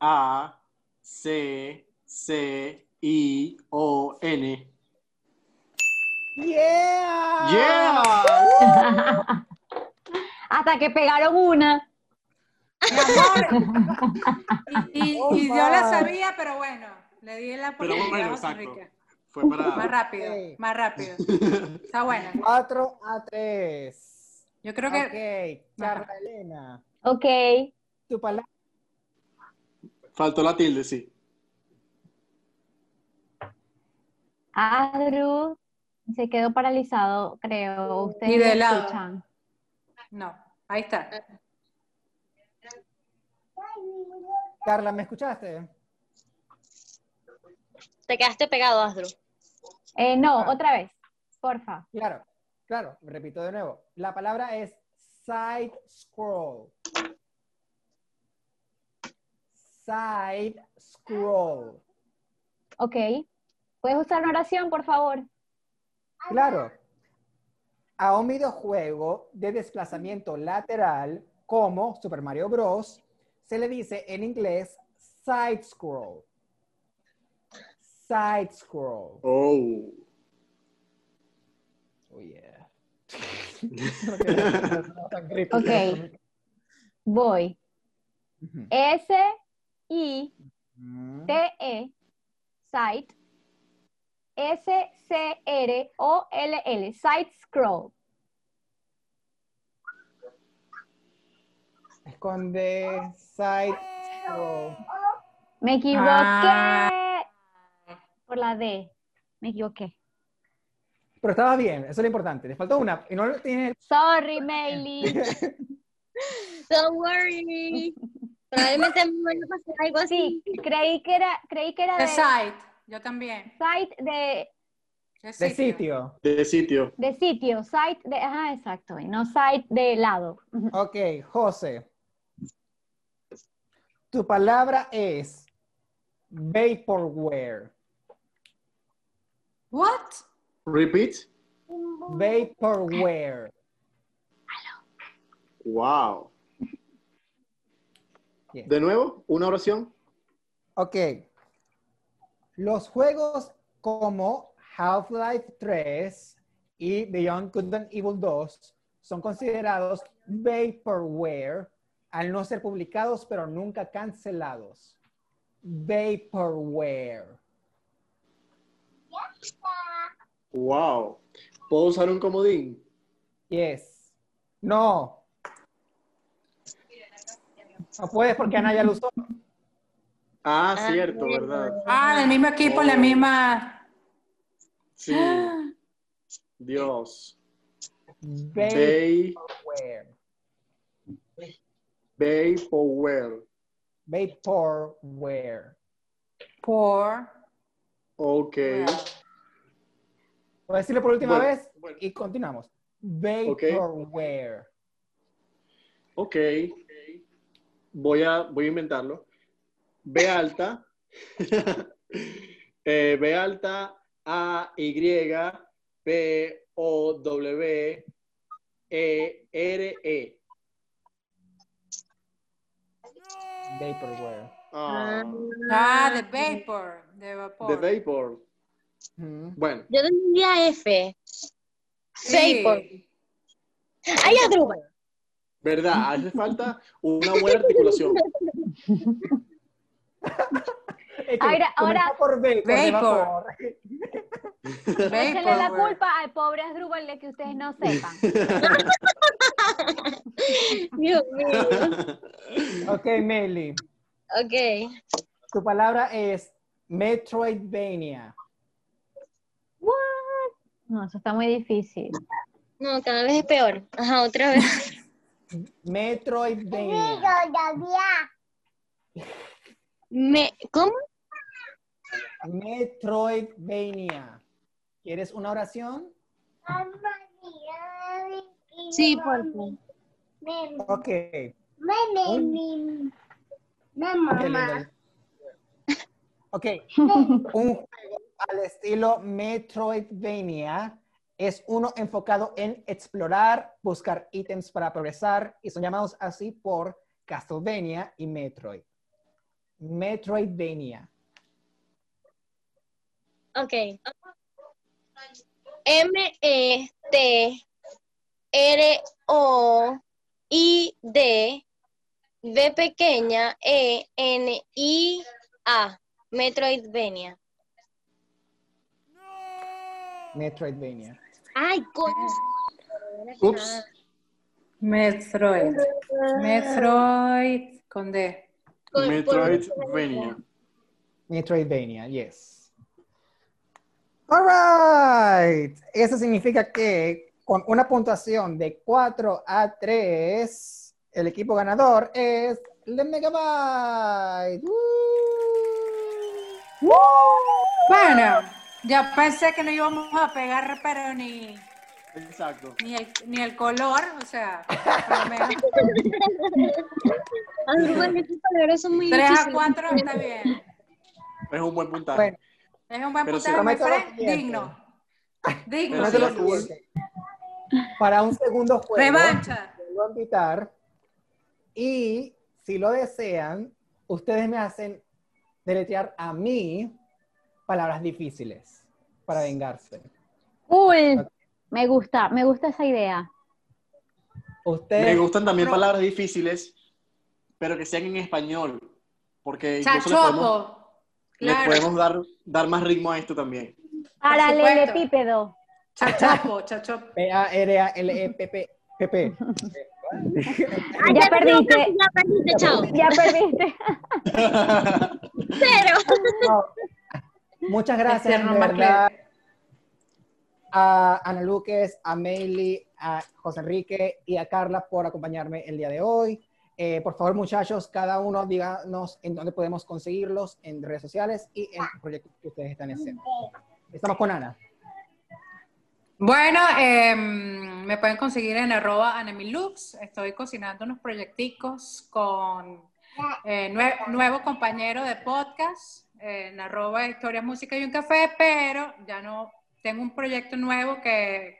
D: A, C, C, I, O, N.
A: ¡Yeah!
D: ¡Yeah!
B: Hasta que pegaron una.
C: Mi amor. Y, y-
A: Oh,
C: y yo la
A: my.
C: sabía, pero bueno, le di la
D: Pero
C: oportunidad
D: bueno,
C: a José
D: exacto.
C: Enrique.
D: Fue
C: Más
D: para...
C: rápido,
A: Ok.
C: más rápido. Está buena.
A: 4 a 3.
C: Yo creo que
A: Ok, Carla Elena,
B: Ok.
A: tu palabra.
D: Faltó la tilde, sí.
B: Adru se quedó paralizado, creo. Ustedes
C: Y de
B: lo
C: lado.
B: escuchan.
C: No, ahí está.
A: Carla, ¿me escuchaste?
E: Te quedaste pegado, Asdru.
B: Eh,
C: Ah.
B: no, otra vez, porfa.
A: Claro, claro, repito de nuevo. La palabra es side scroll. Side scroll.
B: Ok. ¿Puedes usar una oración, por favor?
A: Claro. A un videojuego de desplazamiento lateral como Super Mario Bros. se le dice en inglés side scroll. Side scroll.
D: Oh.
A: Oh yeah. No quiero- no, tan creepy.
B: Ok. Voy.
A: Ujú.
B: S-I-T-E,
A: Mm.
B: E. site. S-C-R-O-L-L, site scroll.
A: Esconde side oh. scroll.
B: Me equivoqué
C: Ah.
B: por la D. Me equivoqué.
A: Pero estaba bien, eso es lo importante. Le faltó una. Y no lo tiene.
B: Sorry, Meili.
E: Don't worry. Probablemente a mí me vaya a pasar algo así.
B: Sí, creí que era, creí que era
C: The
B: de
C: site, yo también.
B: site de,
C: De
A: De sitio.
D: De sitio.
B: de sitio, site de, ajá, exacto, y no site de lado.
A: Ok, José. Tu palabra es vaporware.
C: What?
D: Repeat.
A: Vaporware.
D: Wow.
A: Bien.
D: De nuevo, una oración.
A: Ok. Los juegos como Half-Life 3 y Beyond Good and Evil 2 son considerados vaporware al no ser publicados pero nunca cancelados. Vaporware.
D: Wow. ¿Puedo usar un comodín?
A: Yes. No. No puedes porque Ana ya lo usó.
D: Ah,
E: Ah,
D: cierto, ¿verdad?
C: Ah, del mismo equipo, la misma.
D: Sí. Dios.
A: Vaporware.
D: Bay, Bay Power.
A: Vaporware.
C: Por.
D: Ok.
A: Voy a decirlo por última
D: Bueno,
A: vez
D: bueno.
A: y continuamos. Vaporware.
D: Ok. Voy a, voy a inventarlo. B alta. Eh, B alta A Y P O W E R E.
A: Vaporware.
D: Ah,
C: Ah, the vapor. De
D: the
C: vapor.
D: Vapor. Bueno,
E: Yo diría F.
C: Sí.
E: Vapor. Ay, Asdru.
D: ¿verdad? Hace falta una buena articulación.
A: Ok,
B: Ahora- ahora-
A: comenzó por Este, vapor, de
C: Vapor.
A: vapor.
B: Échenle la
C: Vaporware.
B: culpa al pobre Asdrúbal de que ustedes no sepan.
E: Dios mío.
A: Ok, Meli.
E: Ok.
A: Tu palabra es Metroidvania.
B: What? No, eso está muy difícil.
E: No, cada vez es peor. Ajá, otra vez.
A: Metroidvania.
E: Me, ¿Cómo?
A: Metroidvania. ¿Quieres una oración?
E: Sí, por favor.
A: Ok. Un- Qué lindo. Ok. Un juego al estilo Metroidvania es uno enfocado en explorar, buscar ítems para progresar y son llamados así por Castlevania y Metroid. Metroidvania.
E: Ok. M-E-T-R-O-I-D B pequeña E-N-I-A Metroidvania.
A: Metroidvania.
E: Ay, coño. Ah.
D: Ups.
C: Metroid. Metroid con D.
D: Metroidvania.
A: Metroidvania, yes. All right. Eso significa que con una puntuación de 4 a 3, el equipo ganador es The Megabyte. ¡Woo!
C: Bueno, ya pensé que no íbamos a pegar, pero ni,
D: Exacto.
C: ni, el, ni el color, o sea, por lo menos
E: Ay, bueno, estas palabras son muy
C: 3 a
E: difíciles.
C: 4 está bien.
D: Es un buen puntaje.
A: Bueno,
C: Es un buen
D: Pero sí.
C: puntaje, my
A: Prometo lo
C: friend,
A: siguiente.
C: digno. Digno,
D: Pero
A: Prometo lo
D: sí, cool.
A: siguiente. Para un segundo juego.
C: revancha.
A: vuelvo a invitar. Y si lo desean, ustedes me hacen deletrear a mí palabras difíciles para vengarse.
B: Cool. Me gusta, me gusta esa idea.
D: Me
A: Ustedes,
D: gustan también
C: Pro-
D: palabras difíciles, pero que sean en español, porque incluso le podemos,
C: Chachopo.
D: le
C: Claro.
D: podemos dar, dar más ritmo a esto también.
B: Paralelepípedo.
C: Chachopo, chachopo.
A: E P-A-R-A-L-E-P-P.
E: Ay,
B: Ya
E: perdió,
B: perdiste.
E: Francis, Ya perdiste, chao.
B: Ya perdiste.
E: Cero.
A: Muchas
C: Este
A: gracias,
C: es
A: de
C: Norma
A: verdad,
C: Claire.
A: a Ana Luques, a Meili, a José Enrique y a Carla por acompañarme el día de hoy. Eh, por favor, muchachos, cada uno díganos en dónde podemos conseguirlos en redes sociales y en los proyectos que ustedes están haciendo. Estamos con Ana.
C: Bueno, em, me pueden conseguir en arroba anemilux. Estoy cocinando unos proyecticos con eh, nue- nuevo compañero de podcast eh, en arroba historias, música y un café, pero ya no tengo un proyecto nuevo que,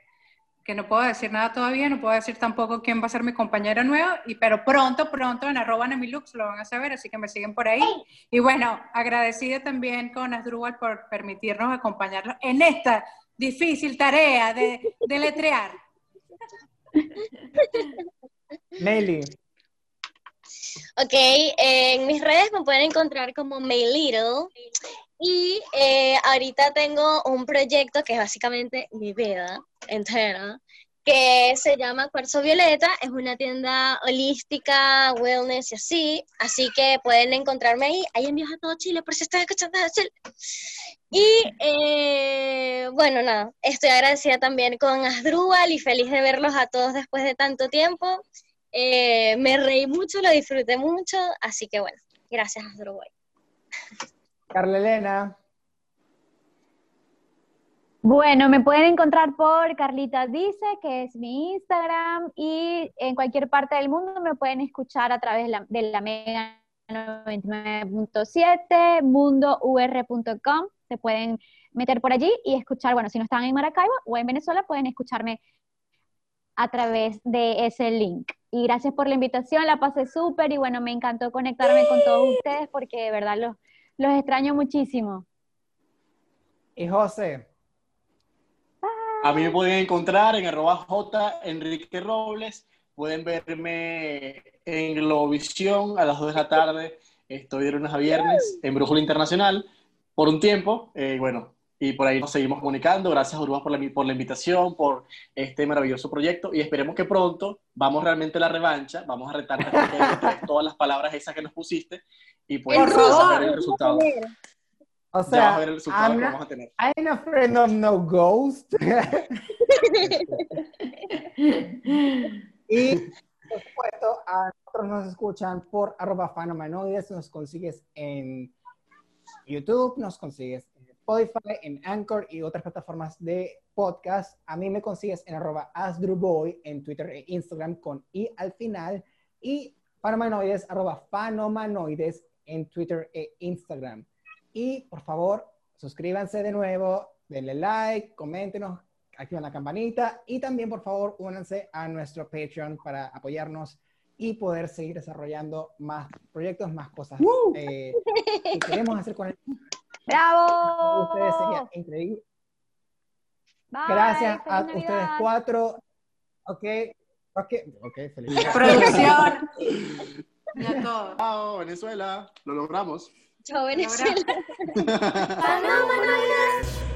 C: que no puedo decir nada todavía, no puedo decir tampoco quién va a ser mi compañero nuevo, y, pero pronto, pronto en arroba anemilux lo van a saber, así que me siguen por ahí. Y bueno, agradecida también con Asdrúbal por permitirnos acompañarlos en esta difícil tarea de, de letrear.
A: Meili,
E: Ok, eh, en mis redes me pueden encontrar como May Little. Y eh, ahorita tengo un proyecto que es básicamente mi vida entera, que se llama Cuarzo Violeta. Es una tienda holística, wellness y así. Así que pueden encontrarme ahí. Hay envíos a todo Chile, por si estás escuchando desde Chile. Y eh, bueno, nada, estoy agradecida también con Asdrúbal y feliz de verlos a todos después de tanto tiempo. Eh, me reí mucho, lo disfruté mucho, así que bueno, gracias Uruguay.
A: Carla Elena,
B: Bueno, me pueden encontrar por Carlita Dice, que es mi Instagram, y en cualquier parte del mundo me pueden escuchar a través de la, de la Mega 99.7, mundour.com, se pueden meter por allí y escuchar, bueno, si no están en Maracaibo o en Venezuela, pueden escucharme a través de ese link. Y gracias por la invitación, la pasé súper y bueno, me encantó conectarme con todos ustedes porque de verdad los, los extraño muchísimo.
A: y José.
D: A mí me pueden encontrar en arroba J Enrique Robles. Pueden verme en Globovisión a las 2 de la tarde. Estoy de lunes a viernes en Brújula Internacional por un tiempo. Eh, bueno, y por ahí nos seguimos comunicando. Gracias, Urbas, por la, por la invitación, por este maravilloso proyecto. Y esperemos que pronto vamos realmente a la revancha. Vamos a retar todas las palabras esas que nos pusiste. Y pues
C: Por
D: ya vas a
C: favor.
D: ver el resultado.
A: O
D: Ya vas
A: sea,
D: a ver el resultado que
A: Ana-
D: vamos a tener.
A: I'm a friend of no ghost. y, por supuesto, a nosotros nos escuchan por arroba fanomanoides, nos consigues en YouTube, nos consigues en Spotify, en Anchor y otras plataformas de podcast. A mí me consigues en arroba asdruboy en Twitter e Instagram con i al final y fanomanoides, arroba fanomanoides en Twitter e Instagram. Y por favor, suscríbanse de nuevo, denle like, coméntenos, activen la campanita y también por favor únanse a nuestro Patreon para apoyarnos y poder seguir desarrollando más proyectos, más cosas eh, que queremos hacer con el
B: ¡Bravo!
A: ustedes sería increíble.
B: Bye,
A: Gracias a
B: feliz
A: ustedes
B: Navidad.
A: cuatro. Ok, ok, ok, feliz Navidad.
C: Producción. Ya todo.
D: Chao, Venezuela. Lo logramos.
E: Chao, Venezuela.
C: Ahora-
D: Panamá Noires.